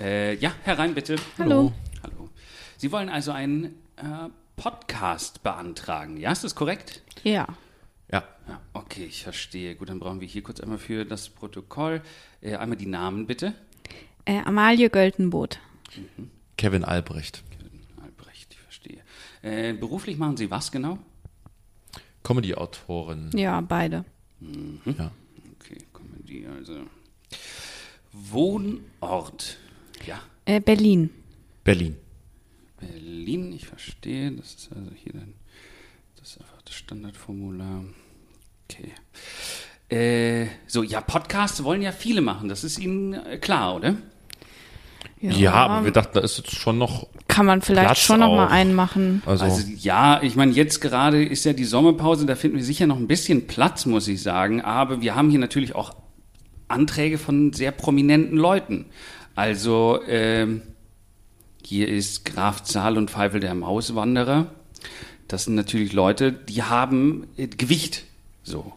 Äh, ja, herein bitte. Hallo. Hallo. Sie wollen also einen äh, Podcast beantragen, ja? Ist das korrekt? Ja. Ja. Ja, okay, ich verstehe. Gut, dann brauchen wir hier kurz einmal für das Protokoll äh, einmal die Namen bitte. Äh, Amalie Göltenboot. Kevin Albrecht. Albrecht, ich verstehe. Äh, beruflich machen Sie was genau? Comedy-Autorin. Ja, beide. Mhm. Ja. Okay, Comedy, also. Wohnort. Ja, Äh, Berlin. Berlin. Berlin, ich verstehe. Das ist also hier dann. Das ist einfach das Standardformular. Okay. Äh, so, ja, Podcasts wollen ja viele machen. Das ist Ihnen äh, klar, oder? Ja, aber wir dachten, da ist jetzt schon noch. kann man vielleicht Platz schon noch mal auch. einen machen. Also, Also ja, ich meine, jetzt gerade ist ja die Sommerpause, da finden wir sicher noch ein bisschen Platz, muss ich sagen. Aber wir haben hier natürlich auch Anträge von sehr prominenten Leuten. Also ähm, hier ist Graf Zahl und Pfeifel der Mauswanderer. Das sind natürlich Leute, die haben äh, Gewicht. So.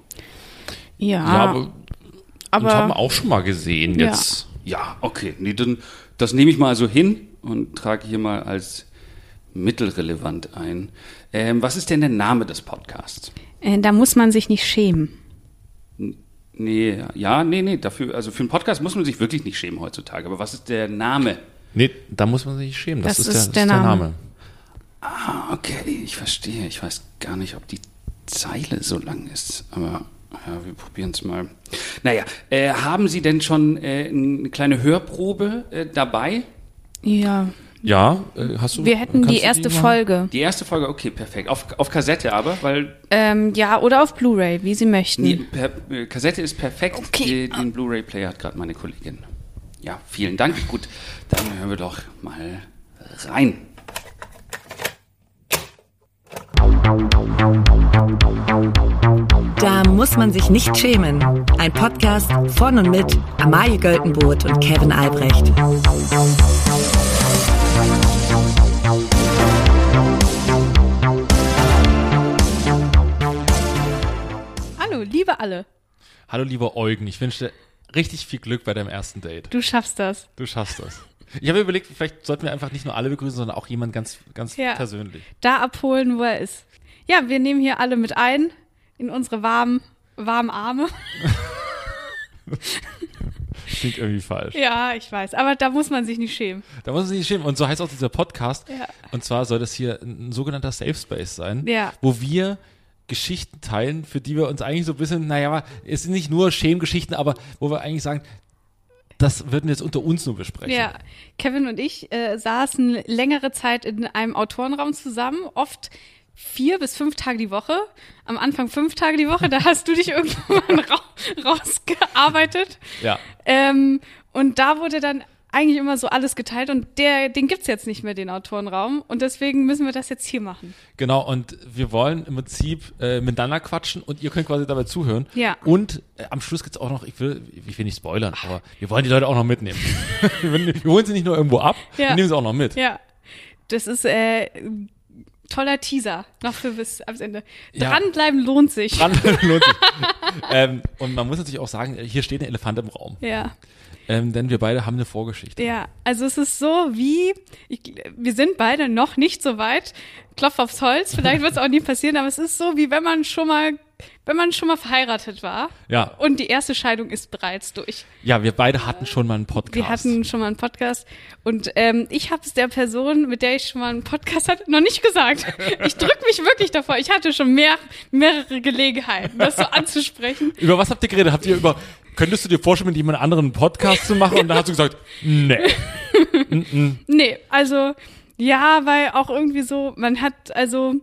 Ja, ja, aber, ah, aber- aber haben wir auch schon mal gesehen Ja. jetzt. Ja, okay. Nee, dann, das nehme ich mal so hin und trage hier mal als mittelrelevant ein. Ähm, was ist denn der Name des Podcasts? äh, da muss man sich nicht schämen. Nee, ja, nee, nee, dafür, also für einen Podcast muss man sich wirklich nicht schämen heutzutage. Aber was ist der Name? Nee, da muss man sich schämen. Das, Das ist, der, ist das der ist der Name. Name. Ah, okay, ich verstehe. Ich weiß gar nicht, ob die Zeile so lang ist, aber ja, wir probieren es mal. Naja, äh, haben Sie denn schon äh, eine kleine Hörprobe äh, dabei? Ja, Ja, äh, hast du. wir hätten kannst die du erste machen? Folge. Die erste Folge, okay, perfekt. Auf, auf Kassette aber, weil Ähm, ja, oder auf Blu-ray, wie Sie möchten. nee, per, äh, Kassette ist perfekt. Okay. Die, den Blu-ray-Player hat gerade meine Kollegin. Ja, vielen Dank. Gut, dann hören wir doch mal rein. Da muss man sich nicht schämen. Ein Podcast von und mit Amalie Göltenboot und Kevin Albrecht. Hallo, liebe alle. Hallo, lieber Eugen. Ich wünsche dir richtig viel Glück bei deinem ersten Date. Du schaffst das. Du schaffst das. Ich habe mir überlegt, vielleicht sollten wir einfach nicht nur alle begrüßen, sondern auch jemand ganz, ganz Ja. persönlich. Da abholen, wo er ist. Ja, wir nehmen hier alle mit ein in unsere warmen, warmen Arme. Klingt irgendwie falsch. Ja, ich weiß, aber da muss man sich nicht schämen. Da muss man sich nicht schämen. Und so heißt auch dieser Podcast. Ja. Und zwar soll das hier ein sogenannter Safe Space sein, Ja. wo wir Geschichten teilen, für die wir uns eigentlich so ein bisschen, naja, es sind nicht nur Schämgeschichten, aber wo wir eigentlich sagen, das würden wir jetzt unter uns nur besprechen. Ja, Kevin und ich äh, saßen längere Zeit in einem Autorenraum zusammen, oft vier bis fünf Tage die Woche. Am Anfang fünf Tage die Woche, da hast du dich irgendwann ra rausgearbeitet. Ja. Ähm, und da wurde dann eigentlich immer so alles geteilt und der, den gibt's jetzt nicht mehr, den Autorenraum. Und deswegen müssen wir das jetzt hier machen. Genau, und wir wollen im Prinzip äh, miteinander quatschen und ihr könnt quasi dabei zuhören. Ja. Und äh, am Schluss gibt's auch noch, ich will, ich will nicht spoilern, aber wir wollen die Leute auch noch mitnehmen. wir, wollen- wir holen sie nicht nur irgendwo ab, Ja. wir nehmen sie auch noch mit. Ja, das ist äh, toller Teaser, noch für bis ans Ende. Ja. Dranbleiben lohnt sich. Dran lohnt sich. ähm, und man muss natürlich auch sagen, hier steht ein Elefant im Raum. ja. Ähm, denn wir beide haben eine Vorgeschichte. Ja, also es ist so wie, ich, wir sind beide noch nicht so weit, Klopf aufs Holz, vielleicht wird es auch nie passieren, aber es ist so wie wenn man schon mal, wenn man schon mal verheiratet war Ja. und die erste Scheidung ist bereits durch. Ja, wir beide hatten schon mal einen Podcast. Wir hatten schon mal einen Podcast und ähm, ich habe es der Person, mit der ich schon mal einen Podcast hatte, noch nicht gesagt. Ich drücke mich wirklich davor. Ich hatte schon mehr, mehrere Gelegenheiten, das so anzusprechen. Über was habt ihr geredet? Habt ihr über, könntest du dir vorstellen, mit jemand anderen einen Podcast zu machen? Und dann hast du gesagt, nee. Nee, also ja, weil auch irgendwie so, man hat, also,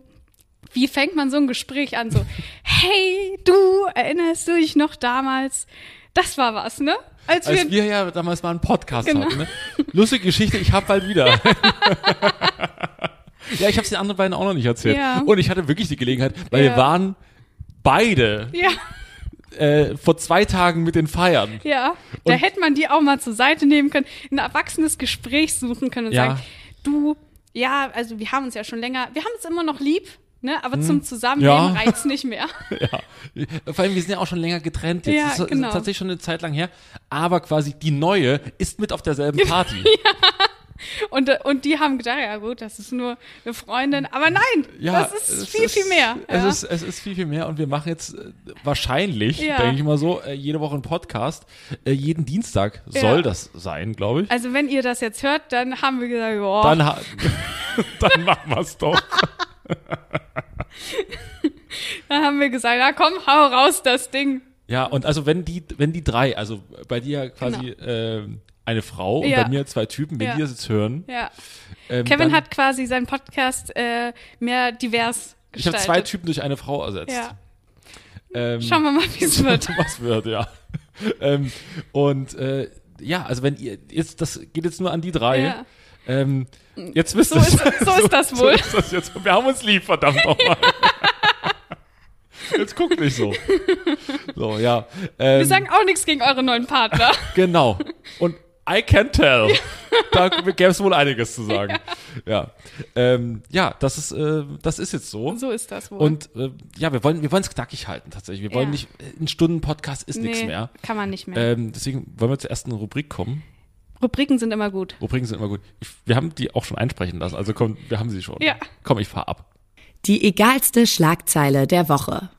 wie fängt man so ein Gespräch an? So, hey, du, erinnerst du dich noch damals? Das war was, ne? Als, Als wir, wir ja damals mal einen Podcast Genau. hatten. Ne? Lustige Geschichte, ich hab bald wieder. ja, ich hab's den anderen beiden auch noch nicht erzählt. Ja. Und ich hatte wirklich die Gelegenheit, weil Ja. wir waren beide Ja, äh, vor zwei Tagen mit den Feiern. ja. Da Und- hätte man die auch mal zur Seite nehmen können, ein erwachsenes Gespräch suchen können und Ja. sagen, du, ja, also wir haben uns ja schon länger, wir haben uns immer noch lieb, Ne? Aber zum Zusammenleben Hm. Ja. reicht's nicht mehr. Ja. Vor allem, wir sind ja auch schon länger getrennt jetzt. Ja, das ist genau. tatsächlich schon eine Zeit lang her. Aber quasi die neue ist mit auf derselben Party. Und, äh, und die haben gedacht, ja gut, das ist nur eine Freundin. Aber nein, das es ist viel, viel mehr. Es, ja. ist, es ist viel, viel mehr und wir machen jetzt äh, wahrscheinlich, Ja. denke ich mal so, äh, jede Woche einen Podcast. Äh, jeden Dienstag Ja. soll das sein, glaube ich. also wenn ihr das jetzt hört, dann haben wir gesagt, boah, Dann, ha- dann machen wir es doch. dann haben wir gesagt, na komm, hau raus das Ding. Ja, und also wenn die, wenn die drei, also bei dir quasi ähm, eine Frau und Genau. Ja. bei mir zwei Typen, wenn Ja. die das jetzt hören. Ja. ähm, Kevin dann- hat quasi seinen Podcast äh, mehr divers Ich habe gestaltet. zwei Typen durch eine Frau ersetzt. Ja. Ähm, Schauen wir mal, wie es wird. was wird, ja. ähm, und äh, ja, also wenn ihr jetzt, das geht jetzt nur an die drei. Ja. Mm, Ähm, jetzt wisst So ihr ist, so ist das wohl. ist das jetzt. Wir haben uns lieb, verdammt nochmal. jetzt guck nicht so. So, ja. Ähm, Wir sagen auch nichts gegen eure neuen Partner. Genau. Und I can tell. Da gäbe es wohl einiges zu sagen. Ja, ja. Ähm, ja das, ist, äh, das ist jetzt so. So ist das wohl. Und äh, ja, wir wollen wir es knackig halten tatsächlich. Wir wollen Ja. nicht, ein Stunden-Podcast ist nichts mehr. kann man nicht mehr. Ähm, deswegen wollen wir zur ersten Rubrik kommen. Rubriken sind immer gut. Rubriken sind immer gut. Ich, wir haben die auch schon einsprechen lassen. Also komm, wir haben sie schon. Ja. Komm, ich fahr ab. Die egalste Schlagzeile der Woche.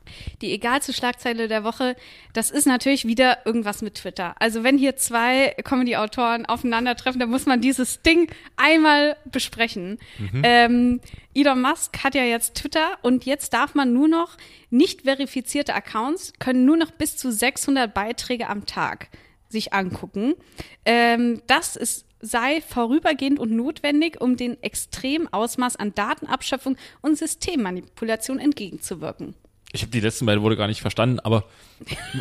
Die egalste Schlagzeile der Woche, das ist natürlich wieder irgendwas mit Twitter. Also wenn hier zwei Comedy-Autoren aufeinandertreffen, dann muss man dieses Ding einmal besprechen. Ähm, Elon Musk hat ja jetzt Twitter und jetzt darf man nur noch nicht verifizierte Accounts können nur noch bis zu 600 Beiträge am Tag sich angucken. Ähm, das ist sei vorübergehend und notwendig, um dem extremen Ausmaß an Datenabschöpfung und Systemmanipulation entgegenzuwirken. Ich habe die letzten beiden wurde gar nicht verstanden, aber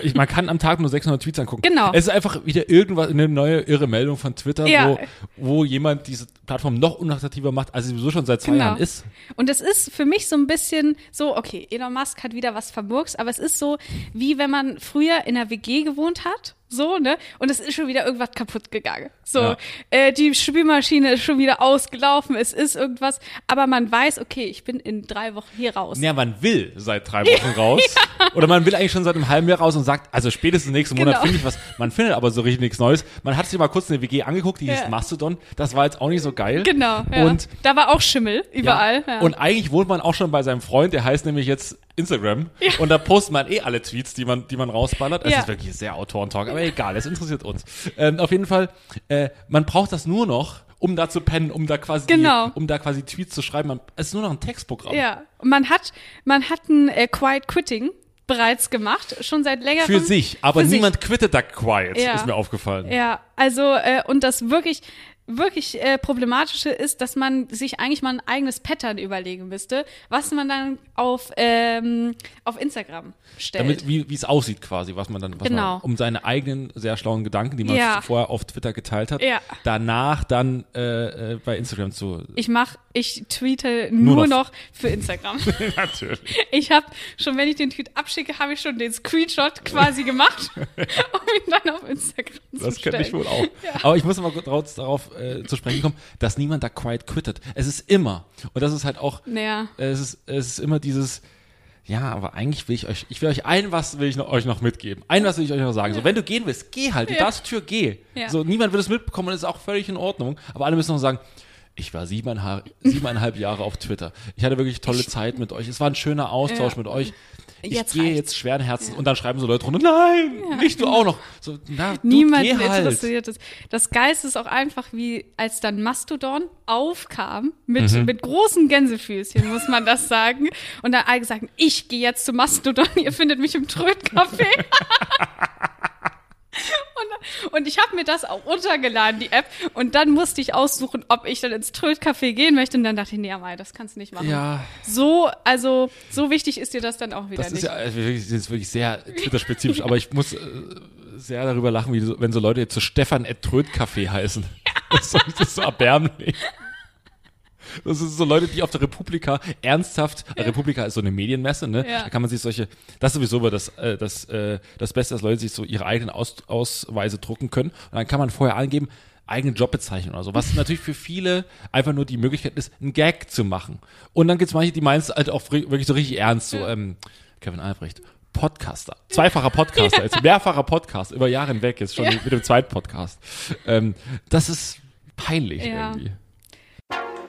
ich, man kann am Tag nur 600 Tweets angucken. Genau. Es ist einfach wieder irgendwas, eine neue irre Meldung von Twitter, Ja. wo, wo jemand diese Plattform noch unattraktiver macht, als sie sowieso schon seit zwei Genau. Jahren ist. Und es ist für mich so ein bisschen so, okay, Elon Musk hat wieder was vermurkst, aber es ist so, wie wenn man früher in einer WG gewohnt hat, so, ne? Und es ist schon wieder irgendwas kaputt gegangen. So, Ja. äh, die Spülmaschine ist schon wieder ausgelaufen, es ist irgendwas, aber man weiß, okay, ich bin in drei Wochen hier raus. Ja, man will seit drei Wochen raus. Oder man will eigentlich schon seit einem halben Jahr raus und sagt, also spätestens nächsten Monat Genau. finde ich was. Man findet aber so richtig nichts Neues. Man hat sich mal kurz eine WG angeguckt, die hieß Ja. Mastodon. Das war jetzt auch nicht so geil. Genau. Ja. Und da war auch Schimmel Ja. überall. Ja. Und eigentlich wohnt man auch schon bei seinem Freund, der heißt nämlich jetzt Instagram. Und da postet man eh alle Tweets, die man, die man rausballert. Es Ja. ist wirklich sehr Autorentalk, aber egal, es interessiert uns. Ähm, auf jeden Fall, äh, man braucht das nur noch, um da zu pennen, um da quasi, Genau. um da quasi Tweets zu schreiben. Man, es ist nur noch ein Textprogramm. ja. Und man hat, man hat ein äh, Quiet Quitting bereits gemacht, schon seit längerem. Für sich, aber Für sich. niemand quittet da quiet, Ja. ist mir aufgefallen. Ja, also äh, und das wirklich wirklich äh, problematische ist, dass man sich eigentlich mal ein eigenes Pattern überlegen müsste, was man dann auf ähm, auf Instagram stellt. Damit, wie wie es aussieht quasi, was man dann, was Genau. man, um seine eigenen sehr schlauen Gedanken, die man Ja. vorher auf Twitter geteilt hat, Ja. danach dann äh, äh, bei Instagram zu. ich mach, ich tweete nur, noch. noch für Instagram. Natürlich. Ich habe schon, wenn ich den Tweet abschicke, habe ich schon den Screenshot quasi gemacht, um ihn dann auf Instagram zu Das stellen. kenne ich wohl auch. Aber ich muss mal kurz darauf äh, zu sprechen kommen, dass niemand da quiet quittet. Es ist immer. Und das ist halt auch, Naja. es, ist, es ist immer dieses, ja, aber eigentlich will ich euch, ich will euch ein, was will ich noch, euch noch mitgeben. Ein, was will ich euch noch sagen. So, wenn du gehen willst, geh halt, du Ja. darfst zur Tür, geh. Ja. So, niemand wird es mitbekommen und das ist auch völlig in Ordnung. Aber alle müssen noch sagen, ich war siebeneinhalb, siebeneinhalb Jahre auf Twitter. Ich hatte wirklich tolle Zeit mit euch. Es war ein schöner Austausch mit euch. Ich Jetzt gehe reicht's. jetzt schweren Herzens und dann schreiben so Leute runter, nein, nicht du auch noch. So, na, du Niemand geh halt. interessiert es. Das Geilste ist auch einfach, wie als dann Mastodon aufkam, mit, Mhm. mit großen Gänsefüßchen, muss man das sagen. Und dann alle gesagt, ich gehe jetzt zu Mastodon, ihr findet mich im Trödcafé. Und, und ich habe mir das auch runtergeladen, die App. Und dann musste ich aussuchen, ob ich dann ins Trödcafé gehen möchte. Und dann dachte ich, nee, Mai, das kannst du nicht machen. Ja. So, also, so wichtig ist dir das dann auch wieder Das nicht. ist ja also wirklich, das ist wirklich sehr Twitter-spezifisch, aber ich muss äh, sehr darüber lachen, wie so, wenn so Leute jetzt so Stefan at Trödcafé heißen. Das, ist, das ist so erbärmlich. Das sind so Leute, die auf der Republika ernsthaft, Republika ist so eine Medienmesse, ne? Ja. Da kann man sich solche, das ist sowieso immer das, äh, das, äh, das Beste, dass Leute sich so ihre eigenen Aus, Ausweise drucken können. Und dann kann man vorher angeben, eigenen Job bezeichnen oder so. Was natürlich für viele einfach nur die Möglichkeit ist, einen Gag zu machen. Und dann gibt es manche, die meinen es halt auch ri- wirklich so richtig ernst, so ähm, Kevin Albrecht. Podcaster, zweifacher Podcaster, jetzt mehrfacher Podcast über Jahre hinweg, jetzt schon mit dem zweiten Podcast. Ähm, das ist peinlich Ja. irgendwie.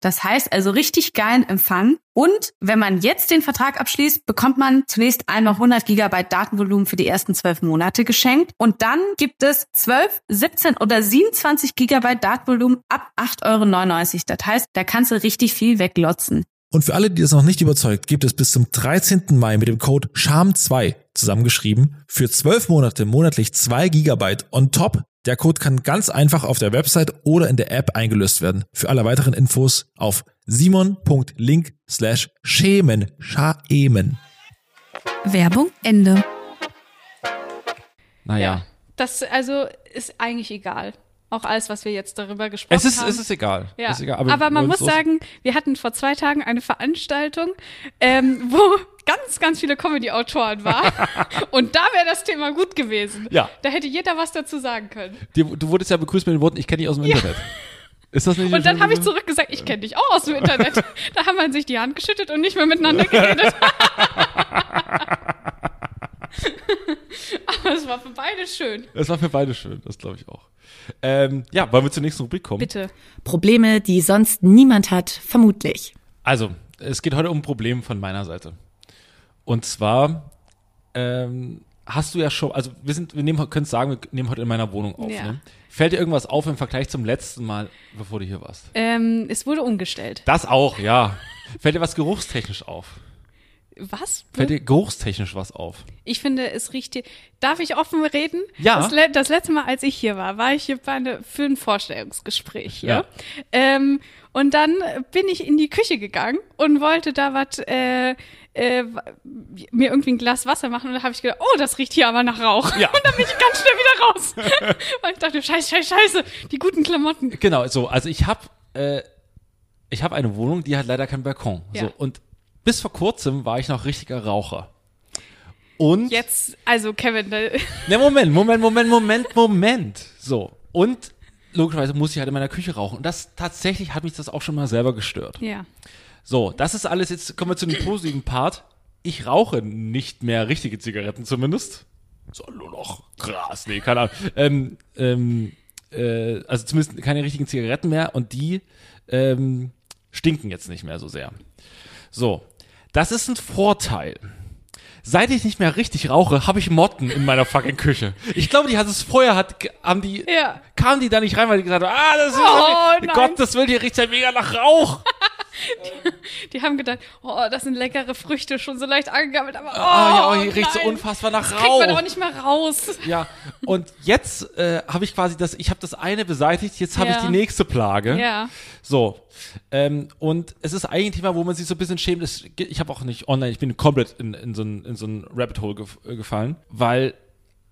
Das heißt also richtig geilen Empfang. Und wenn man jetzt den Vertrag abschließt, bekommt man zunächst einmal 100 Gigabyte Datenvolumen für die ersten zwölf Monate geschenkt. Und dann gibt es 12, 17 oder 27 Gigabyte Datenvolumen ab 8,99 Euro. Das heißt, da kannst du richtig viel weglotzen. Und für alle, die das noch nicht überzeugt, gibt es bis zum 13. Mai mit dem Code SHAM2 zusammengeschrieben für 12 Monate monatlich 2 GB on top. Der Code kann ganz einfach auf der Website oder in der App eingelöst werden. Für alle weiteren Infos auf simon.link slash schämen. Schämen. Werbung Ende. Naja. Das also ist eigentlich egal. Auch alles, was wir jetzt darüber gesprochen Es ist, haben. es ist egal. Ja, Ist egal aber, man wir muss wollen's los- sagen, wir hatten vor zwei Tagen eine Veranstaltung, ähm, wo ganz, ganz viele Comedy-Autoren waren. Und da wäre das Thema gut gewesen. Ja. Da hätte jeder was dazu sagen können. Dir, du wurdest ja begrüßt mit den Worten, ich kenne dich aus dem Internet. Ist das nicht Und dann habe ich zurückgesagt, ich kenne dich auch aus dem Internet. Da haben wir sich die Hand geschüttet und nicht mehr miteinander geredet. Aber es war für beide schön. Das war für beide schön, das glaube ich auch. Ähm, ja, wollen wir zur nächsten Rubrik kommen? Bitte. Probleme, die sonst niemand hat, vermutlich. Also, es geht heute um ein Problem von meiner Seite. Und zwar ähm, hast du ja schon, also wir sind, wir nehmen, könntest sagen, wir nehmen heute in meiner Wohnung auf. Ja. Ne? Fällt dir irgendwas auf im Vergleich zum letzten Mal, bevor du hier warst? Ähm, es wurde umgestellt. Das auch, ja. Fällt dir was geruchstechnisch auf? Was? Hm? Fällt dir geruchstechnisch was auf? Ich finde, es riecht hier. Darf ich offen reden? Ja. Das, le das letzte Mal, als ich hier war, war ich hier bei eine, für ein Vorstellungsgespräch hier. Ja. Ähm, und dann bin ich in die Küche gegangen und wollte da was, äh, äh, w- mir irgendwie ein Glas Wasser machen. Und da habe ich gedacht, oh, das riecht hier aber nach Rauch. Ja. Und dann bin ich ganz schnell wieder raus. Weil ich dachte, scheiße, scheiße, scheiße, die guten Klamotten. Genau, so. Also ich habe äh, ich habe eine Wohnung, die hat leider keinen Balkon. Ja. So und bis vor kurzem war ich noch richtiger Raucher. Und Jetzt, also Kevin, da, Ne, Moment, Moment, Moment, Moment, Moment. So. Und logischerweise muss ich halt in meiner Küche rauchen. Und das tatsächlich hat mich das auch schon mal selber gestört. ja. So, das ist alles. Jetzt kommen wir zu dem positiven Part. Ich rauche nicht mehr richtige Zigaretten zumindest. So, nur noch Gras. Nee, keine Ahnung. Ähm, ähm, äh, also zumindest keine richtigen Zigaretten mehr und die ähm, stinken jetzt nicht mehr so sehr. So, das ist ein Vorteil. Seit ich nicht mehr richtig rauche, habe ich Motten in meiner fucking Küche. Ich glaube, die hat es vorher, hat, haben die, Ja. kamen die da nicht rein, weil die gesagt haben, ah, das ist, Oh, nein. Gott, das will, hier riecht ja mega nach Rauch. Die haben gedacht, oh, das sind leckere Früchte, schon so leicht angegammelt, aber oh, Ah, ja, hier riecht so nein. unfassbar nach Das kriegt man Rauch. auch nicht mehr raus. Ja, und jetzt äh, habe ich quasi das, ich habe das eine beseitigt, jetzt habe Ja. ich die nächste Hm? Plage. Ja. So, ähm, und es ist eigentlich ein Thema, wo man sich so ein bisschen schämt. Es, ge- ich habe auch nicht online, ich bin komplett in, in so ein, in so ein Rabbit Hole gef äh, gefallen, weil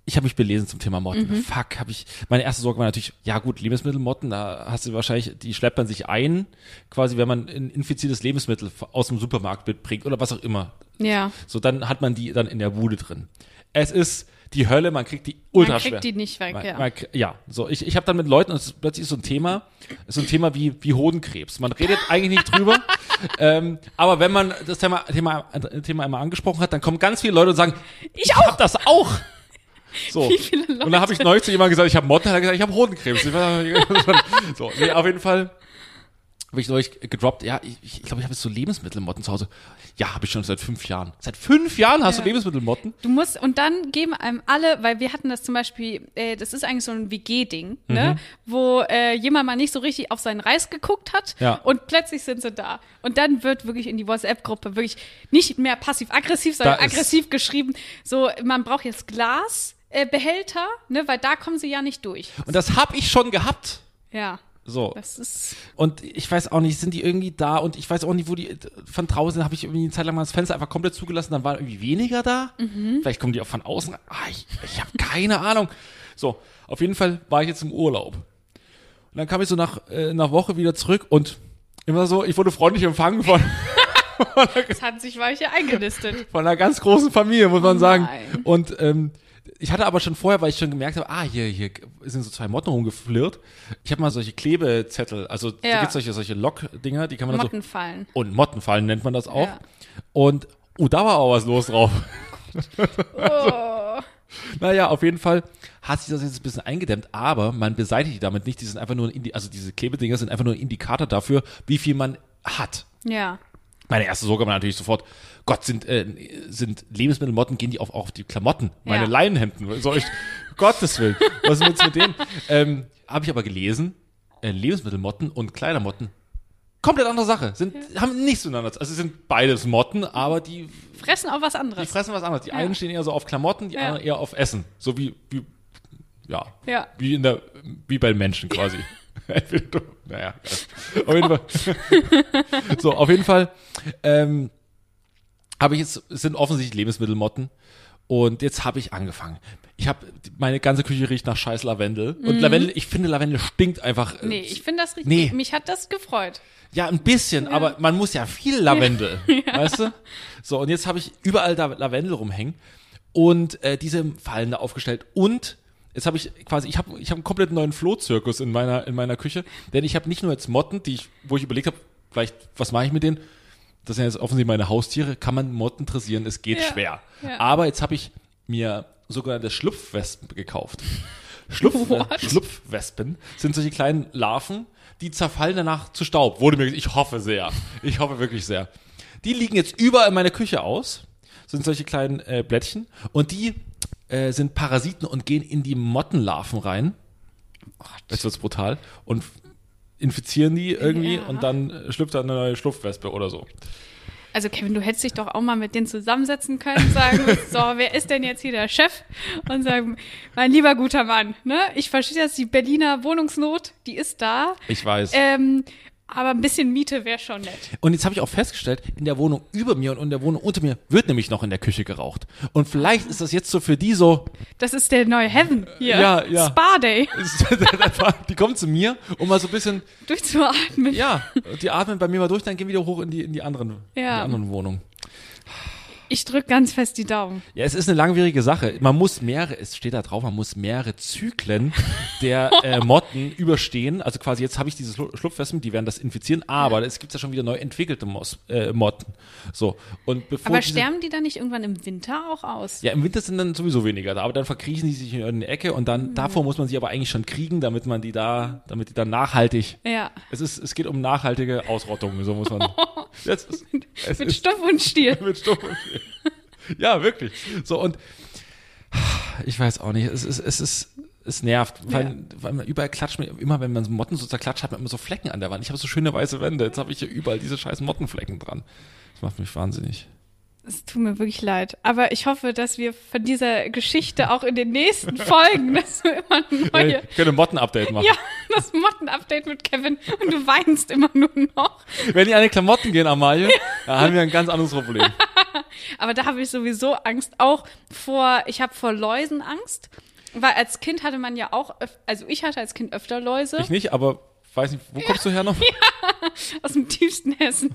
ich habe mich belesen zum Thema Motten. Mhm. Fuck, habe ich, meine erste Sorge war natürlich, ja gut, Lebensmittelmotten, da hast du wahrscheinlich, die schleppt man sich ein, quasi wenn man ein infiziertes Lebensmittel f- aus dem Supermarkt mitbringt oder was auch immer. Ja. So, dann hat man die dann in der Bude drin. Es ist die Hölle, man kriegt die ultra schwer. kriegt die nicht weg, man, ja. Man, krie- ja, so ich, ich habe dann mit Leuten und es ist plötzlich so ein Thema, so ein Thema wie wie Hodenkrebs. Man redet eigentlich nicht drüber, ähm, aber wenn man das Thema Thema Thema einmal angesprochen hat, dann kommen ganz viele Leute und sagen, ich, auch. hab das auch. So. Wie viele Und dann habe ich Leute? neulich zu jemandem gesagt, ich habe Motten, hat er gesagt, ich habe Hodenkrebs. Ich war- so, nee, auf jeden Fall habe ich neulich gedroppt, ja, ich glaube, ich, glaub, ich habe jetzt so Lebensmittelmotten zu Hause. Ja, habe ich schon seit fünf Jahren. Seit fünf Jahren hast du Lebensmittelmotten? Du musst, und dann geben einem alle, weil wir hatten das zum Beispiel, äh, das ist eigentlich so ein WG-Ding, Mhm. ne? Wo äh, jemand mal nicht so richtig auf seinen Reis geguckt hat Ja. und plötzlich sind sie da. Und dann wird wirklich in die WhatsApp-Gruppe wirklich nicht mehr passiv-aggressiv, sondern Da ist- aggressiv geschrieben. So, man braucht jetzt Glas. äh, Behälter, ne, weil da kommen sie ja nicht durch. Und das habe ich schon gehabt. Ja. So. Das ist. Und ich weiß auch nicht, sind die irgendwie da und ich weiß auch nicht, wo die äh, von draußen habe ich irgendwie eine Zeit lang mal das Fenster einfach komplett zugelassen, dann waren irgendwie weniger da. Vielleicht kommen die auch von außen. Ah, ich ich habe keine Ahnung. So, auf jeden Fall war ich jetzt im Urlaub. Und dann kam ich so nach äh, einer Woche wieder zurück und immer so, ich wurde freundlich empfangen von, Es hat sich welche eingenistet. von einer ganz großen Familie, muss man sagen. Oh Nein. Und ähm, ich hatte aber schon vorher, weil ich schon gemerkt habe, ah, hier, hier sind so zwei Motten rumgeflirrt. Ich habe mal solche Klebezettel, also da Ja. gibt's solche, solche Lock-Dinger, die kann man dann so Motten fallen. und Mottenfallen nennt man das auch. Ja. Und, oh, da war auch was los drauf. Also, Oh. naja, auf jeden Fall hat sich das jetzt ein bisschen eingedämmt, aber man beseitigt die damit nicht. Die sind einfach nur, ein Indi also diese Klebedinger sind einfach nur ein Indikator dafür, wie viel man hat. Ja. Meine erste Sorge war natürlich sofort, Gott, sind, äh, sind Lebensmittelmotten, gehen die auf, auf die Klamotten, meine Ja. Leinenhemden. So, ich, Gottes Willen, was ist jetzt mit denen? Ähm, Habe ich aber gelesen, äh, Lebensmittelmotten und Kleidermotten, komplett andere Sache, sind, haben nichts miteinander, zu- also es sind beides Motten, aber die, Fressen auch was die anderes. fressen was anderes. Die einen stehen eher so auf Klamotten, die Ja. anderen eher auf Essen. So wie, wie ja, Ja. wie in der, wie bei den Menschen quasi. Entweder du- naja, auf jeden Fall. so, auf jeden Fall ähm, habe ich jetzt, es sind offensichtlich Lebensmittelmotten und jetzt habe ich angefangen. Ich habe meine ganze Küche riecht nach Scheiß Lavendel und Lavendel, ich finde Lavendel stinkt einfach. äh, Mhm. Nee, ich finde das richtig. Nee. Mich hat das gefreut. ja, ein bisschen, aber man muss ja viel Lavendel, weißt du? So, und jetzt habe ich überall da Lavendel rumhängen und äh, diese Fallen da aufgestellt und jetzt habe ich quasi, ich habe ich hab einen komplett neuen Flohzirkus in meiner, in meiner Küche, denn ich habe nicht nur jetzt Motten, die ich, wo ich überlegt habe, vielleicht, was mache ich mit denen? Das sind jetzt offensichtlich meine Haustiere, kann man Motten dressieren, es geht Ja, schwer. ja. Aber jetzt habe ich mir sogenannte Schlupfwespen gekauft. Schlupf, äh, Schlupfwespen sind solche kleinen Larven, die zerfallen danach zu Staub. Wurde mir, ich hoffe sehr. Ich hoffe wirklich sehr. Die liegen jetzt überall in meiner Küche aus. Sind solche kleinen äh, Blättchen. Und die äh, sind Parasiten und gehen in die Mottenlarven rein. Jetzt wird's brutal. Und f- infizieren die irgendwie Ja. und dann äh, schlüpft da eine neue Schlupfwespe oder so. Also Kevin, du hättest dich doch auch mal mit denen zusammensetzen können und sagen, so, wer ist denn jetzt hier der Chef? Und sagen, mein lieber guter Mann, ne? Ich verstehe das, die Berliner Wohnungsnot, die ist da. Ich weiß. Ähm, aber ein bisschen Miete wäre schon nett. Und jetzt habe ich auch festgestellt, in der Wohnung über mir und in der Wohnung unter mir wird nämlich noch in der Küche geraucht. Und vielleicht ist das jetzt so für die so, Das ist der neue Heaven hier. Ja, ja. Spa Day. die kommen zu mir und mal so ein bisschen, Durchzuatmen. ja, die atmen bei mir mal durch, dann gehen wieder hoch in die, in die anderen, in Ja. die anderen Wohnungen. Ich drück ganz fest die Daumen. Ja, es ist eine langwierige Sache. Man muss mehrere, es steht da drauf, man muss mehrere Zyklen der äh, Motten überstehen. Also quasi jetzt habe ich diese Schlu- Schlupfwespen, die werden das infizieren, aber es gibt ja schon wieder neu entwickelte Mos, äh, Motten. So. Und bevor Aber diese- sterben die dann nicht irgendwann im Winter auch aus? Ja, im Winter sind dann sowieso weniger da, aber dann verkriechen die sich in irgendeine Ecke und dann Mhm. davor muss man sie aber eigentlich schon kriegen, damit man die da, damit die dann nachhaltig. Ja. Es ist, es geht um nachhaltige Ausrottung, so muss man. Jetzt ist, es Mit ist- Stoff und Stiel. mit Stoff. und Stiel. Ja, wirklich. So und ich weiß auch nicht, es ist, es ist, es nervt, weil, weil man überall klatscht, mir- immer wenn man so Motten so zerklatscht, hat man immer so Flecken an der Wand. Ich habe so schöne weiße Wände, jetzt habe ich hier überall diese scheiß Mottenflecken dran. Das macht mich wahnsinnig. Es tut mir wirklich leid. Aber ich hoffe, dass wir von dieser Geschichte auch in den nächsten Folgen, dass wir immer Hey, neue. ich könnte ein Motten-Update machen. Ja, das Motten-Update mit Kevin und du weinst immer nur noch. Wenn die an die Klamotten gehen, Amalie, dann haben wir ein ganz anderes Problem. Aber da habe ich sowieso Angst. Auch vor, ich habe vor Läusen Angst. Weil als Kind hatte man ja auch, öf- also ich hatte als Kind öfter Läuse Ich nicht, aber weiß nicht, wo kommst du her noch? aus dem tiefsten Hessen.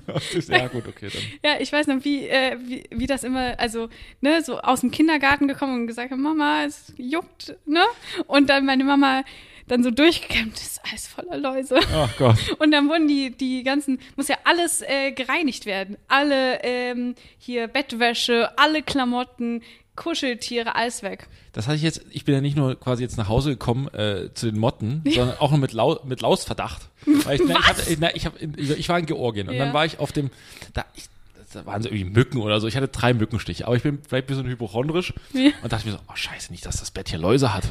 Ja, gut, okay, dann. Ja, ich weiß noch, wie, äh, wie, wie das immer, also, ne, so aus dem Kindergarten gekommen und gesagt, Mama, es juckt, ne? Und dann meine Mama dann so durchgekämmt, das ist alles voller Läuse. Ach Gott. Und dann wurden die, die ganzen, muss ja alles äh, gereinigt werden. Alle ähm, hier Bettwäsche, alle Klamotten, Kuscheltiere, alles weg. Das hatte ich jetzt, ich bin ja nicht nur quasi jetzt nach Hause gekommen äh, zu den Motten, sondern auch noch mit, Lau mit Lausverdacht. Weil ich, na, ich, hatte, na, ich, hab, ich war in Georgien und Ja. dann war ich auf dem, da, ich, da waren so irgendwie Mücken oder so. Ich hatte drei Mückenstiche, aber ich bin vielleicht ein bisschen hypochondrisch Ja. und dachte mir so, oh scheiße, nicht, dass das Bett hier Läuse hat.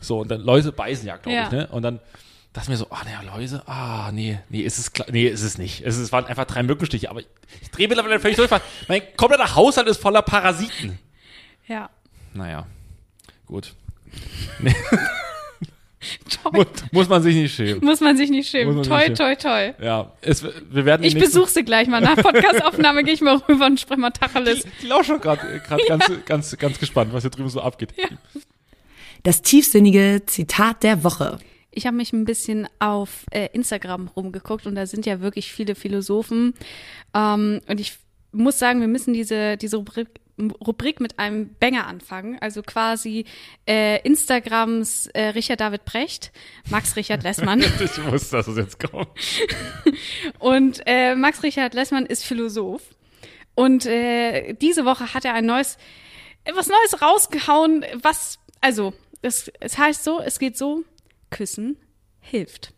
So, und dann Läuse beißen ja, glaube Ja. ich, ne? Und dann dachte ich mir so, ah, naja, Läuse, ah, nee, nee, ist es klar, nee, ist es nicht. Es, ist- es waren einfach drei Mückenstiche, aber ich, ich drehe mittlerweile völlig durch, weil mein kompletter Haushalt ist voller Parasiten. Ja. Naja, gut. Toi, Mu- Muss man sich nicht schämen. muss man sich nicht schämen. Muss man Toi, sich toi, toi. Ja, es, wir werden Ich die nächsten- besuche sie gleich mal. Nach Podcastaufnahme gehe ich mal rüber und spreche mal Tacheles. Die, die lauschen gerade gerade ganz, ganz, ganz gespannt, was hier drüben so abgeht. Das tiefsinnige Zitat der Woche. Ich habe mich ein bisschen auf äh, Instagram rumgeguckt und da sind ja wirklich viele Philosophen. Ähm, und ich muss sagen, wir müssen diese, diese Rubrik, Rubrik mit einem Banger anfangen. Also quasi äh, Instagrams äh, Richard David Precht, Max Richard Lessmann. Ich wusste, dass es jetzt kommt. Und äh, Max Richard Lessmann ist Philosoph. Und äh, diese Woche hat er ein neues, etwas Neues rausgehauen, was, also, es, es heißt so, es geht so, Küssen hilft.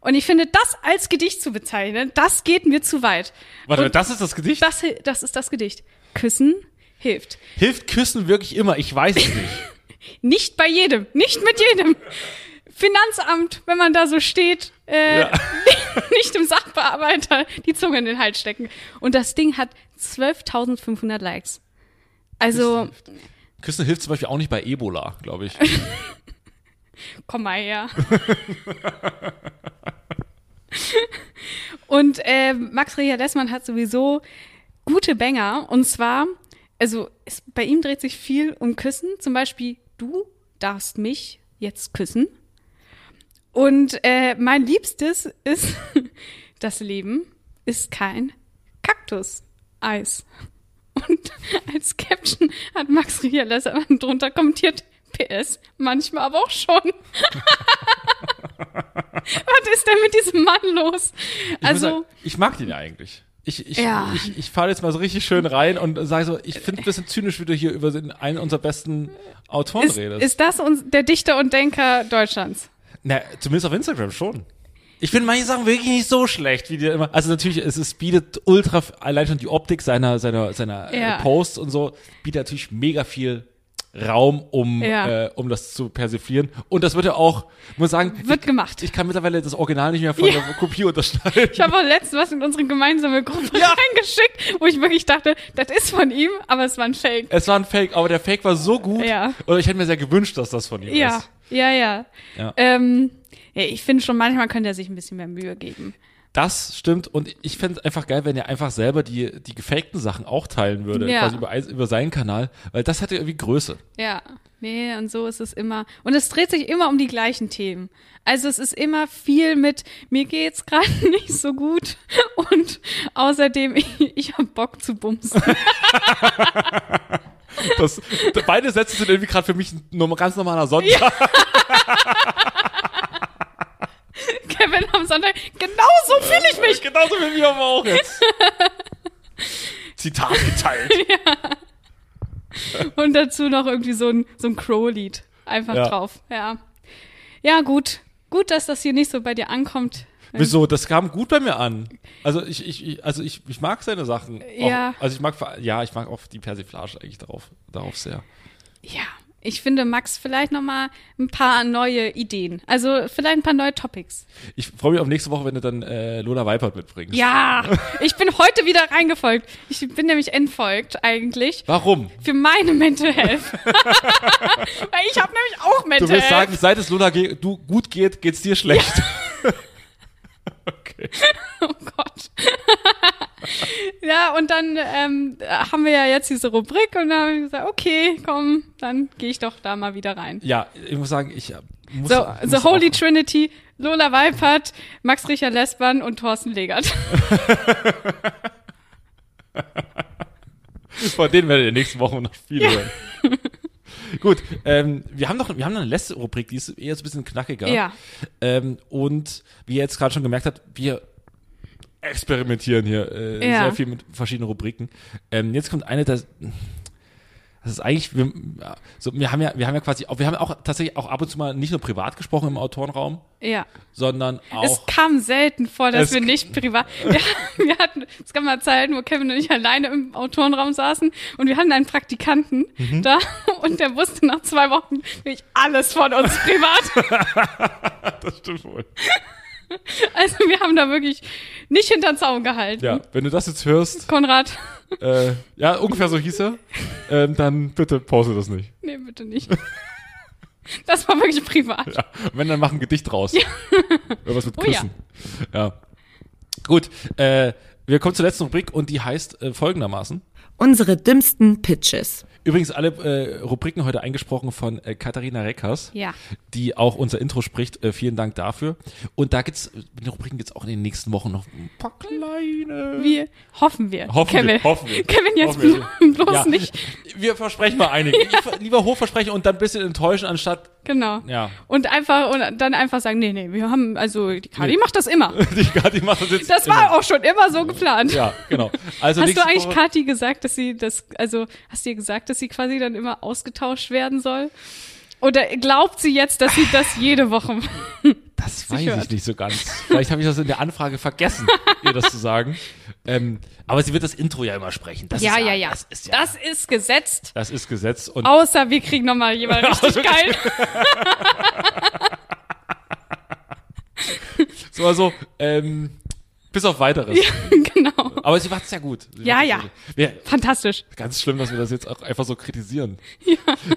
Und ich finde, das als Gedicht zu bezeichnen, das geht mir zu weit. Warte, Und das ist das Gedicht? das, hi- das ist das Gedicht. Küssen hilft. Hilft Küssen wirklich immer? Ich weiß es nicht. Nicht bei jedem, nicht mit jedem. Finanzamt, wenn man da so steht, äh, nicht im Sachbearbeiter die Zunge in den Hals stecken. Und das Ding hat 12.500 Likes. Also, Küssen hilft zum Beispiel auch nicht bei Ebola, glaube ich. komm mal her. Und äh, Max Richard Lessmann hat sowieso gute Banger. Und zwar, also es, bei ihm dreht sich viel um Küssen. Zum Beispiel, du darfst mich jetzt küssen. Und äh, mein Liebstes ist, das Leben ist kein Kaktus-Eis. Und als Caption hat Max Riales drunter kommentiert, PS, manchmal aber auch schon. Was ist denn mit diesem Mann los? Ich muss also, sagen, ich mag den ja eigentlich. Ich, ich, Ja. ich, ich fahre jetzt mal so richtig schön rein und sage so, ich finde ein bisschen zynisch, wie du hier über den, einen unserer besten Autoren ist, redest. ist das uns, der Dichter und Denker Deutschlands? Na, zumindest auf Instagram schon. Ich finde manche Sachen wirklich nicht so schlecht, wie die immer. Also natürlich, es, es bietet ultra, allein schon die Optik seiner, seiner, seiner Ja. äh, Posts und so, bietet natürlich mega viel Raum, um, Ja. äh, um das zu persiflieren. Und das wird ja auch, muss sagen, Wird ich, gemacht. ich kann mittlerweile das Original nicht mehr von der Kopie unterscheiden. Ich habe auch letztens was in unsere gemeinsame Gruppe reingeschickt, wo ich wirklich dachte, das ist von ihm, aber es war ein Fake. es war ein Fake, aber der Fake war so gut. Ja. Oder ich hätte mir sehr gewünscht, dass das von ihm Ja, ist. ja, ja. Äh, Ja. Ähm, ja ich finde schon, manchmal könnte er sich ein bisschen mehr Mühe geben. Das stimmt und ich fände es einfach geil, wenn er einfach selber die, die gefakten Sachen auch teilen würde, Ja. quasi über, eis- über seinen Kanal, weil das hatte irgendwie Größe. Ja, nee, und so ist es immer. Und es dreht sich immer um die gleichen Themen. Also es ist immer viel mit, mir geht's gerade nicht so gut und außerdem, ich, ich hab Bock zu bumsen. Das, beide Sätze sind irgendwie gerade für mich ein norm- ganz normaler Sonntag. Kevin am Sonntag, genau so fühle ich mich. Genauso wie wir aber auch jetzt. Zitat geteilt. Und dazu noch irgendwie so ein, so ein Crow-Lied einfach Ja. drauf. Ja. Ja, gut. Gut, dass das hier nicht so bei dir ankommt. Wieso? Das kam gut bei mir an. Also ich, ich, ich also ich, ich mag seine Sachen. Ja. Auch, also ich mag vor- ja, ich mag auch die Persiflage eigentlich darauf, darauf sehr. Ja, ich finde Max vielleicht noch mal ein paar neue Ideen. Also vielleicht ein paar neue Topics. Ich freue mich auf nächste Woche, wenn du dann äh, Lola Weipert mitbringst. Ja, ich bin heute wieder reingefolgt. Ich bin nämlich entfolgt eigentlich. Warum? Für meine Mental Health. Weil ich habe nämlich auch Mental Du willst Health. sagen, seit es Lola ge du gut geht, geht's dir schlecht. okay. oh Gott. ja, und dann ähm, haben wir ja jetzt diese Rubrik und dann habe ich gesagt, okay, komm, dann gehe ich doch da mal wieder rein. Ja, ich muss sagen, ich äh, muss So, muss The Holy auch- Trinity, Lola Weipert, Max Richard Lesban und Thorsten Legert. Von denen werdet ihr in den nächsten Wochen noch viel hören. Gut, ähm, wir haben noch, wir haben noch eine letzte Rubrik, die ist eher so ein bisschen knackiger. Ja. Ähm, und wie ihr jetzt gerade schon gemerkt habt, wir experimentieren hier äh, Ja. sehr viel mit verschiedenen Rubriken. Ähm, jetzt kommt eine, das, Das ist eigentlich, wir, ja, so, wir haben ja, wir haben ja quasi, auch, wir haben auch tatsächlich auch ab und zu mal nicht nur privat gesprochen im Autorenraum, Ja. sondern Es auch. kam selten vor, dass Es wir k- nicht privat. Wir, wir hatten, es gab mal Zeiten, wo Kevin und ich alleine im Autorenraum saßen und wir hatten einen Praktikanten Mhm. da und der wusste nach zwei Wochen wirklich alles von uns privat. Das stimmt wohl. Also wir haben da wirklich nicht hinter Zaun gehalten. Ja, wenn du das jetzt hörst, Konrad, äh, ja, ungefähr so hieß er, ähm, dann bitte pause das nicht. nee, bitte nicht. Das war wirklich privat. Ja. Und wenn, dann mach ein Gedicht raus. Irgendwas mit Oh ja. Küssen. ja. Gut, äh, wir kommen zur letzten Rubrik und die heißt äh, folgendermaßen. Unsere dümmsten Pitches. Übrigens alle äh, Rubriken heute eingesprochen von äh, Katharina Reckers, Ja. die auch unser Intro spricht. Äh, vielen Dank dafür. Und da gibt's, mit den Rubriken gibt's auch in den nächsten Wochen noch ein paar kleine. Wir hoffen wir. Hoffen wir, Kevin, hoffen wir. Kevin jetzt Hoffen wir. bloß Ja. nicht. Wir versprechen mal einige. Lieber- Lieber hochversprechen und dann ein bisschen enttäuschen, anstatt Genau. Ja. Und einfach und dann einfach sagen, nee, nee, wir haben also die Kari Nee. macht das immer. die Kathi macht das jetzt. Das war auch schon immer so geplant. Ja, genau. Also Hast nächste du eigentlich Woche- Kathi gesagt, dass sie das, also hast du ihr gesagt, dass sie quasi dann immer ausgetauscht werden soll? Oder glaubt sie jetzt, dass sie das jede Woche macht? Das weiß hört. ich nicht so ganz. Vielleicht habe ich das in der Anfrage vergessen, ihr das zu sagen. Ähm, aber sie wird das Intro ja immer sprechen. Das ist Das ist, ja, Das ist gesetzt. das ist Gesetz und Außer wir kriegen nochmal jemanden also richtig geil. so also ähm, bis auf weiteres. genau. Aber sie macht's ja gut. Sie Ja, macht's ja. gut. Ja, Fantastisch. ganz schlimm, dass wir das jetzt auch einfach so kritisieren.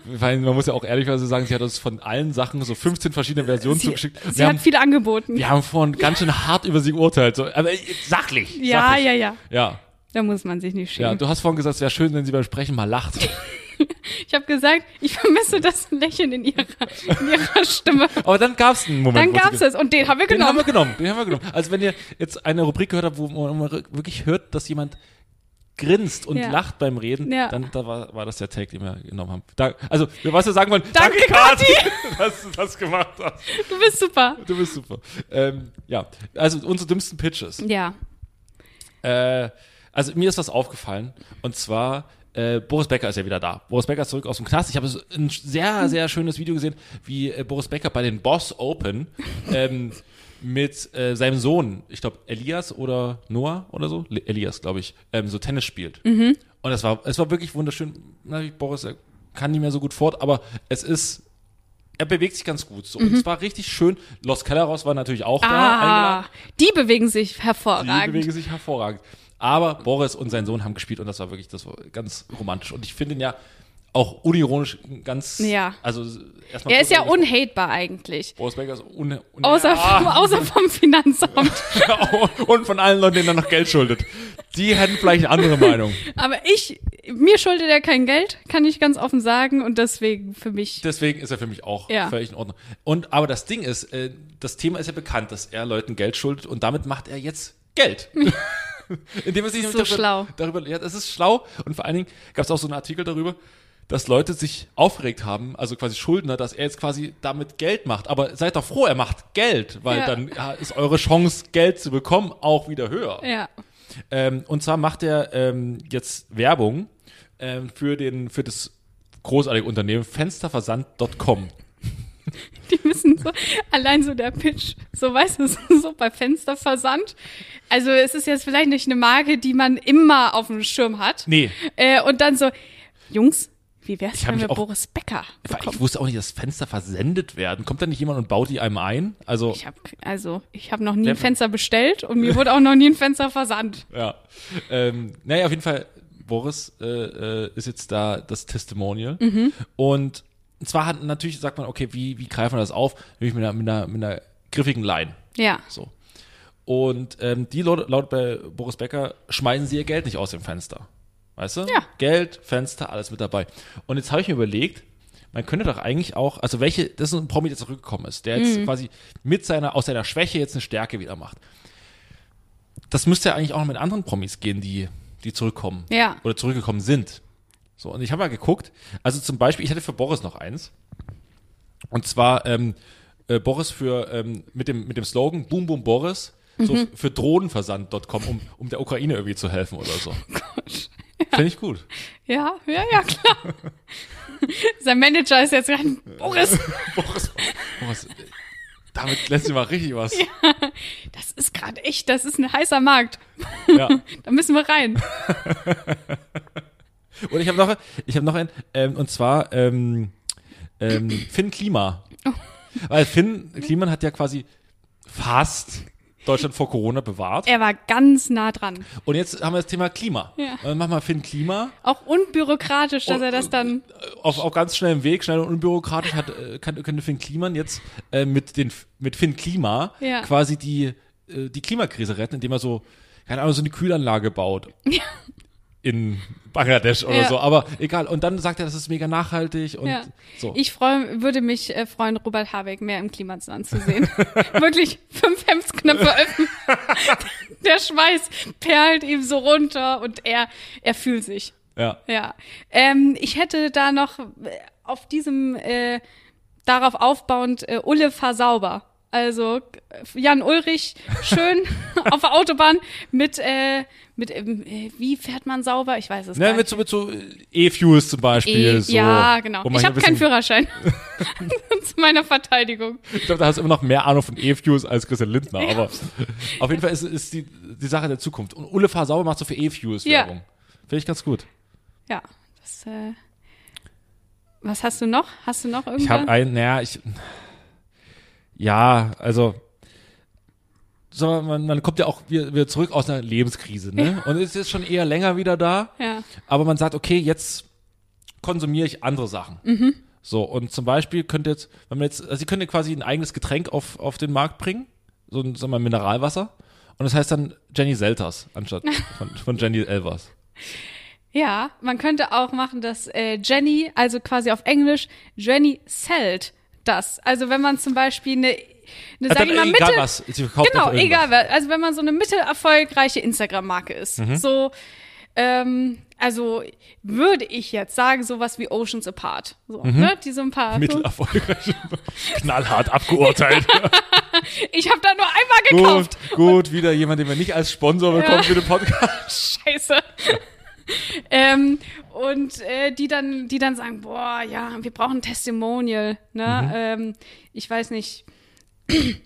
Weil man muss ja auch ehrlicherweise sagen, sie hat uns von allen Sachen so 15 verschiedene Versionen Sie, zugeschickt. sie wir, hat haben, viele angeboten. wir haben vorhin ganz schön hart über sie geurteilt. So, aber äh, sachlich. ja, sachlich. ja, ja. Mhm. Ja, Da muss man sich nicht schämen. ja. Du hast vorhin gesagt, es wäre schön, wenn sie beim Sprechen mal lacht. Ich habe gesagt, ich vermisse das Lächeln in ihrer, in ihrer Stimme. Aber dann gab es einen Moment. Dann wo gab's Genau. sie ge- es und den haben wir Den genommen. haben wir genommen. Den haben wir genommen. Also wenn ihr jetzt eine Rubrik gehört habt, wo man wirklich hört, dass jemand grinst und Ja. lacht beim Reden, Ja. dann da war, war das der Tag, den wir genommen haben. Da, also, wir- was wir sagen wollen, Danke, Kathi, dass du das gemacht hast. Du bist super. Du bist super. Ähm, ja, also unsere dümmsten Pitches. Ja. Äh, also mir ist was aufgefallen und zwar äh, Boris Becker ist ja wieder da. Boris Becker ist zurück aus dem Knast. Ich habe so ein sehr, sehr schönes Video gesehen, wie äh, Boris Becker bei den Boss Open ähm, mit äh, seinem Sohn, ich glaube Elias oder Noah oder so, Le Elias glaube ich, ähm, so Tennis spielt. Und es war, es war wirklich wunderschön. Natürlich, Boris er kann nicht mehr so gut fort, aber es ist er bewegt sich ganz gut. So. Und es war richtig schön. Los Kelleros war natürlich auch da. eingeladen. Ah, die bewegen sich Die hervorragend. bewegen sich hervorragend. Aber Boris und sein Sohn haben gespielt und das war wirklich das war ganz romantisch. Und ich finde ihn ja auch unironisch ganz. Ja. Also erstmal. er ist ja un. unhatebar eigentlich. Boris Becker ist un. un Außer, vom, Ah. außer vom Finanzamt. und von allen Leuten, denen er noch Geld schuldet. Die hätten vielleicht eine andere Meinung. Aber ich, mir schuldet er kein Geld, kann ich ganz offen sagen. Und deswegen für mich. Deswegen ist er für mich auch Ja. völlig in Ordnung. Und aber das Ding ist, äh, das Thema ist ja bekannt, dass er Leuten Geld schuldet und damit macht er jetzt Geld. Indem er sich ist nämlich so darüber, schlau. darüber ja, das ist schlau und vor allen Dingen gab es auch so einen Artikel darüber, dass Leute sich aufgeregt haben, also quasi Schuldner, dass er jetzt quasi damit Geld macht. Aber seid doch froh, er macht Geld, weil Ja. dann ja, ist eure Chance, Geld zu bekommen, auch wieder höher. Ja. Ähm, und zwar macht er ähm, jetzt Werbung ähm, für, den, für das großartige Unternehmen fensterversand.com. Die müssen so, allein so der Pitch, so weißt du, so bei Fensterversand. Also es ist jetzt vielleicht nicht eine Marke, die man immer auf dem Schirm hat. Nee. Äh, und dann so, Jungs, wie wär's, hab wenn mich wir auch- Boris Becker Ich bekommen? wusste auch nicht, dass Fenster versendet werden. Kommt da nicht jemand und baut die einem ein? Also, Ich habe also, ich habe noch nie Der- ein Fenster bestellt und mir wurde auch noch nie ein Fenster versandt. ja. Ähm, naja, auf jeden Fall, Boris äh, äh, ist jetzt da das Testimonial. Und zwar hat natürlich sagt man, okay, wie, wie greifen wir das auf? Nämlich mit einer, mit einer, mit einer griffigen Line. Ja. So. Und ähm, die laut, laut bei Boris Becker schmeißen sie ihr Geld nicht aus dem Fenster. Weißt du? Ja. Geld, Fenster, alles mit dabei. Und jetzt habe ich mir überlegt, man könnte doch eigentlich auch, also welche, das ist ein Promi, der zurückgekommen ist, der jetzt quasi mit seiner, aus seiner Schwäche jetzt eine Stärke wieder macht. Das müsste ja eigentlich auch noch mit anderen Promis gehen, die, die zurückkommen. Ja. Oder zurückgekommen sind. So, und ich habe mal geguckt, also zum Beispiel, ich hatte für Boris noch eins. Und zwar ähm, äh, Boris für ähm, mit dem mit dem Slogan Boom Boom Boris so f- für Drohnenversand.com, um, um der Ukraine irgendwie zu helfen oder so. Finde ich gut. Ja, ja, ja, klar. Sein Manager ist jetzt gerade Boris. Boris, Boris, damit lässt du mal richtig was. Das ist gerade echt, das ist ein heißer Markt. Ja. Da müssen wir rein. Und ich habe noch, ich habe noch einen, ähm, und zwar ähm, ähm, Finn Klima. Oh. Weil Finn Kliman hat ja quasi fast Deutschland vor Corona bewahrt. Er war ganz nah dran. Und jetzt haben wir das Thema Klima. Ja. Äh, Mach mal Finn Klima. Auch unbürokratisch, Oh, dass er das dann. auf, auf ganz schnellem Weg, schnell und unbürokratisch hat, äh, kann, könnte Finn Kliman jetzt äh, mit, den, mit Finn Klima Ja. quasi die, äh, die Klimakrise retten, indem er so, keine Ahnung, so eine Kühlanlage baut. In Bangladesch oder Ja. so, aber egal. Und dann sagt er, das ist mega nachhaltig und Ja. so. Ich freu, würde mich äh, freuen, Robert Habeck mehr im Klimasland zu sehen. Wirklich fünf Hemdsknöpfe öffnen. Der Schweiß perlt ihm so runter und er, er fühlt sich. ja. Ja. Ähm, ich hätte da noch äh, auf diesem, äh, darauf aufbauend, äh, Ulle Versauber. Also äh, Jan Ulrich schön auf der Autobahn mit, äh, mit ähm, äh, wie fährt man sauber? Ich weiß es Ne, gar mit nicht. so, mit so E-Fuels zum Beispiel. Eh, so, ja, genau. wo man Ich hier habe ein keinen bisschen- Führerschein. Zu meiner Verteidigung. Ich glaube, da hast du immer noch mehr Ahnung von E-Fuels als Christian Lindner, aber auf jeden Fall ist, ist die, die Sache der Zukunft. Und Ulle Fahr Sauber macht so für E-Fuels Ja. Werbung. Finde ich ganz gut. Ja, das, äh, was hast du noch? Hast du noch Ich habe irgendwas? einen, naja, ich. Ja, also. So, man, man kommt ja auch wieder, wieder zurück aus einer Lebenskrise, ne? Und ist jetzt schon eher länger wieder da. Ja. Aber man sagt, okay, jetzt konsumiere ich andere Sachen. Mhm. So, und zum Beispiel könnte jetzt, wenn man jetzt, also sie könnte quasi ein eigenes Getränk auf, auf den Markt bringen, so ein, sagen wir mal, Mineralwasser. Und das heißt dann Jenny Selters anstatt von, von Jenny Elvers. Ja, man könnte auch machen, dass äh, Jenny, also quasi auf Englisch, Jenny sellt das. Also wenn man zum Beispiel eine, eine sag ich mal, Äh, egal Mitte, was, sie verkauft genau, einfach irgendwas. egal was. Also wenn man so eine mittelerfolgreiche Instagram-Marke ist, Mhm. so, ähm, also würde ich jetzt sagen, sowas wie Oceans Apart. So, Mhm. ne? Die so ein paar. Mittelerfolgreich. Knallhart abgeurteilt. Ich habe da nur einmal gekauft. gut, gut, wieder jemand, den wir nicht als Sponsor bekommen für den Podcast. Scheiße. ähm, und äh, die dann, die dann sagen, boah, ja, wir brauchen ein Testimonial. Ne? Mhm. Ähm, ich weiß nicht.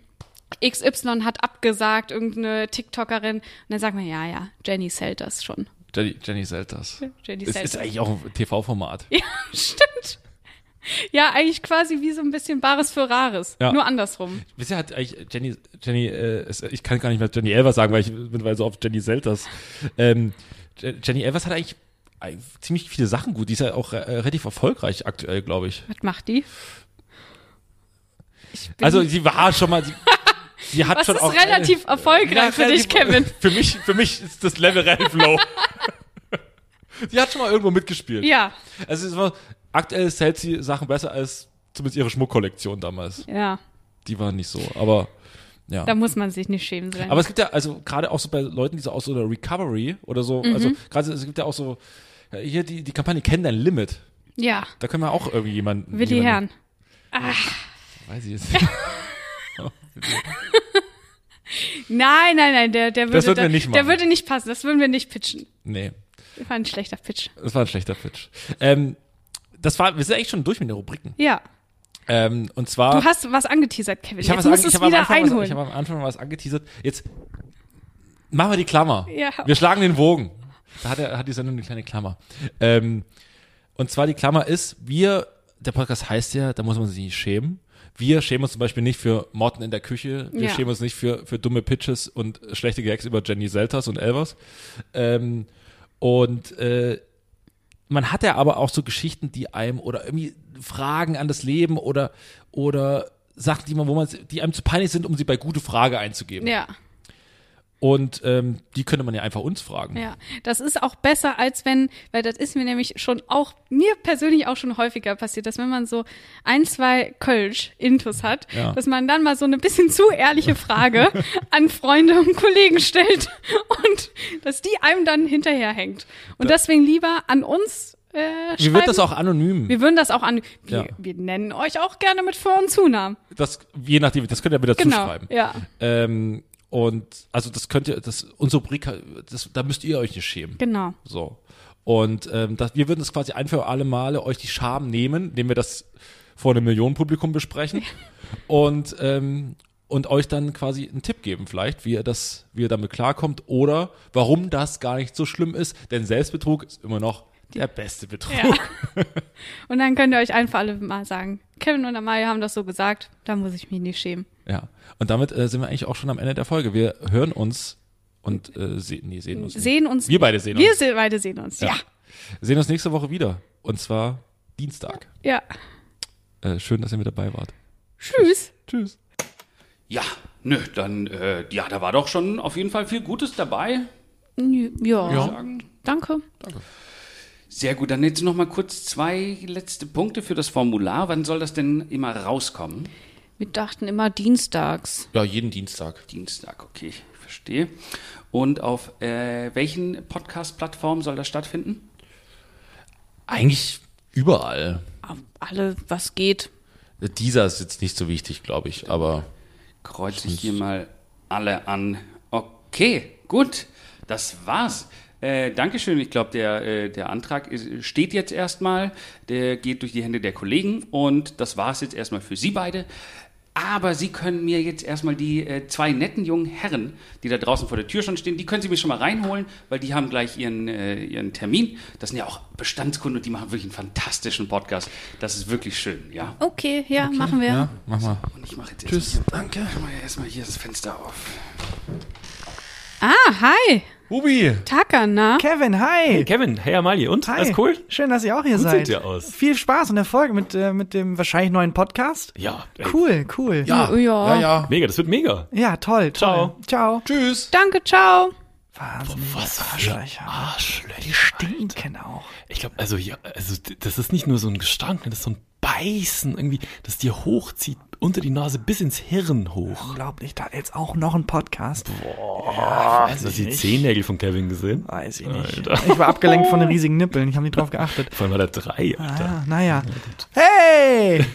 XY hat abgesagt, irgendeine TikTokerin. Und dann sagt man, ja, ja, Jenny zählt das schon. Jenny, Jenny Selters. Jenny Das zählt ist das. eigentlich auch ein TV-Format. Ja, stimmt. Ja, eigentlich quasi wie so ein bisschen Bares für Rares. Ja. Nur andersrum. Bisher hat eigentlich Jenny, Jenny äh, es- ich kann gar nicht mehr Jenny Elvers sagen, weil ich mittlerweile so oft Jenny Selters. Ähm, Je- Jenny Elvers hat eigentlich äh, ziemlich viele Sachen gut. Die ist ja auch äh, relativ erfolgreich aktuell, glaube ich. Was macht die? Ich bin- Also sie war schon mal, sie, sie hat was schon ist auch... äh, relativ erfolgreich Ja, für dich, relativ- Kevin? Für mich, für mich ist das Level relativ low. sie hat schon mal irgendwo mitgespielt. Ja, Also es war, aktuell hält sie Sachen besser als zumindest ihre Schmuckkollektion damals. ja. Die war nicht so, aber ja. Da muss man sich nicht schämen sein. Aber es gibt ja, also gerade auch so bei Leuten, die so aus so einer Recovery oder so, also gerade es gibt ja auch so, ja, hier die, die Kampagne Kenn dein Limit. ja. Da können wir auch irgendwie jemanden. Willi Herrn. jemanden- Weiß ich jetzt. nicht. Nein, nein, nein, der, der würde, Das würden wir da- nicht machen. der würde nicht passen. Das würden wir nicht pitchen. nee, Das war ein schlechter Pitch. das war ein schlechter Pitch. Ähm, das war, wir sind eigentlich schon durch mit den Rubriken. Ja. Ähm, und Du zwar. hast was angeteasert, Kevin. ich habe Jetzt musst was, ange- du ich es hab am wieder Anfang was, einholen. ich habe am Anfang was angeteasert. Jetzt machen wir die Klammer. Ja. Wir schlagen den Bogen. Da hat, er, hat die Sendung eine kleine Klammer. Ähm, und zwar die Klammer ist, wir, der Podcast heißt ja, da muss man sich nicht schämen. Wir schämen uns zum Beispiel nicht für Morten in der Küche. Wir Ja. schämen uns nicht für, für dumme Pitches und schlechte Gags über Jenny Selters und Elvers. Ähm, und äh, man hat ja aber auch so Geschichten, die einem oder irgendwie Fragen an das Leben oder oder Sachen, die man, wo man, die einem zu peinlich sind, um sie bei gute Frage einzugeben. ja, Und ähm, die könnte man ja einfach uns fragen. ja. Das ist auch besser, als wenn, weil das ist mir nämlich schon auch, mir persönlich auch schon häufiger passiert, dass wenn man so ein, zwei Kölsch-Intus hat, Ja. dass man dann mal so eine bisschen zu ehrliche Frage an Freunde und Kollegen stellt und dass die einem dann hinterherhängt. Und deswegen lieber an uns äh, Wie wird schreiben. das auch anonym? Wir würden das auch an. Wir, Ja. wir nennen euch auch gerne mit Vor- und Zunamen. das, je nachdem, das könnt ihr mir dazu Genau. schreiben. Ja. Ähm, und also das könnt ihr, das, unsere Rubrik, das, da müsst ihr euch nicht schämen. Genau. So. Und ähm, das, wir würden es quasi ein für alle Male euch die Scham nehmen, indem wir das vor einem Millionenpublikum besprechen und, ähm, und euch dann quasi einen Tipp geben, vielleicht, wie ihr das, wie ihr damit klarkommt oder warum das gar nicht so schlimm ist. Denn Selbstbetrug ist immer noch der beste Betrug. Ja. Und dann könnt ihr euch ein für alle mal sagen, Kevin und Amalia haben das so gesagt, da muss ich mich nicht schämen. Ja, und damit äh, sind wir eigentlich auch schon am Ende der Folge. Wir hören uns und äh, sehen, nee, sehen uns. nicht. Sehen uns Wir beide sehen wir uns. se- beide sehen uns, ja. Sehen uns nächste Woche wieder. Und zwar Dienstag. Ja. Äh, schön, dass ihr mit dabei wart. Tschüss. Tschüss. Ja, nö, dann, äh, ja, da war doch schon auf jeden Fall viel Gutes dabei. Ja. Ja. Sagen. Danke. Sehr gut, dann jetzt noch mal kurz zwei letzte Punkte für das Formular. Wann soll das denn immer rauskommen? Wir dachten immer dienstags. Ja, jeden Dienstag. Dienstag, okay, ich verstehe. Und auf äh, welchen Podcast-Plattformen soll das stattfinden? Eigentlich überall. Auf Alle, was geht. Dieser ist jetzt nicht so wichtig, glaube ich, aber Kreuze ich hier mal alle an. Okay, gut, das war's. Äh, Dankeschön. Ich glaube, der, äh, der Antrag ist, steht jetzt erstmal. Der geht durch die Hände der Kollegen und das war's jetzt erstmal für Sie beide. Aber Sie können mir jetzt erstmal die äh, zwei netten jungen Herren, die da draußen vor der Tür schon stehen, die können Sie mir schon mal reinholen, weil die haben gleich ihren, äh, ihren Termin. Das sind ja auch Bestandskunden und die machen wirklich einen fantastischen Podcast. Das ist wirklich schön, ja. Okay, ja, machen wir. mach mal. Und ich mache jetzt Tschüss. erstmal Danke. hier- erstmal hier das Fenster auf. Ah, hi. Ubi. Taka, na? Kevin, hi! Kevin, hey Amalie, und? Hi! Alles cool? Schön, dass ihr auch hier Gut seid. seht ihr aus. Viel Spaß und Erfolg mit, äh, mit dem wahrscheinlich neuen Podcast. Ja, ey, Cool, cool. Ja, Ja. ja, mega, das wird mega. toll, toll. Ciao. Ciao. Tschüss. Danke, ciao. Wahnsinnig. Was für Arschlöcher. Arschlöcher. Stinken auch. Ich glaube, also hier, also d- das ist nicht nur so ein Gestank, ne, das ist so ein Beißen irgendwie, das dir hochzieht, unter die Nase bis ins Hirn hoch. Unglaublich, da jetzt auch noch ein Podcast. Hast du die Zehennägel von Kevin gesehen? Weiß ich nicht. Ich war abgelenkt von den riesigen Nippeln. Ich habe nicht drauf geachtet. Vor allem war da drei, Alter. Ah, naja. Ah, Hey!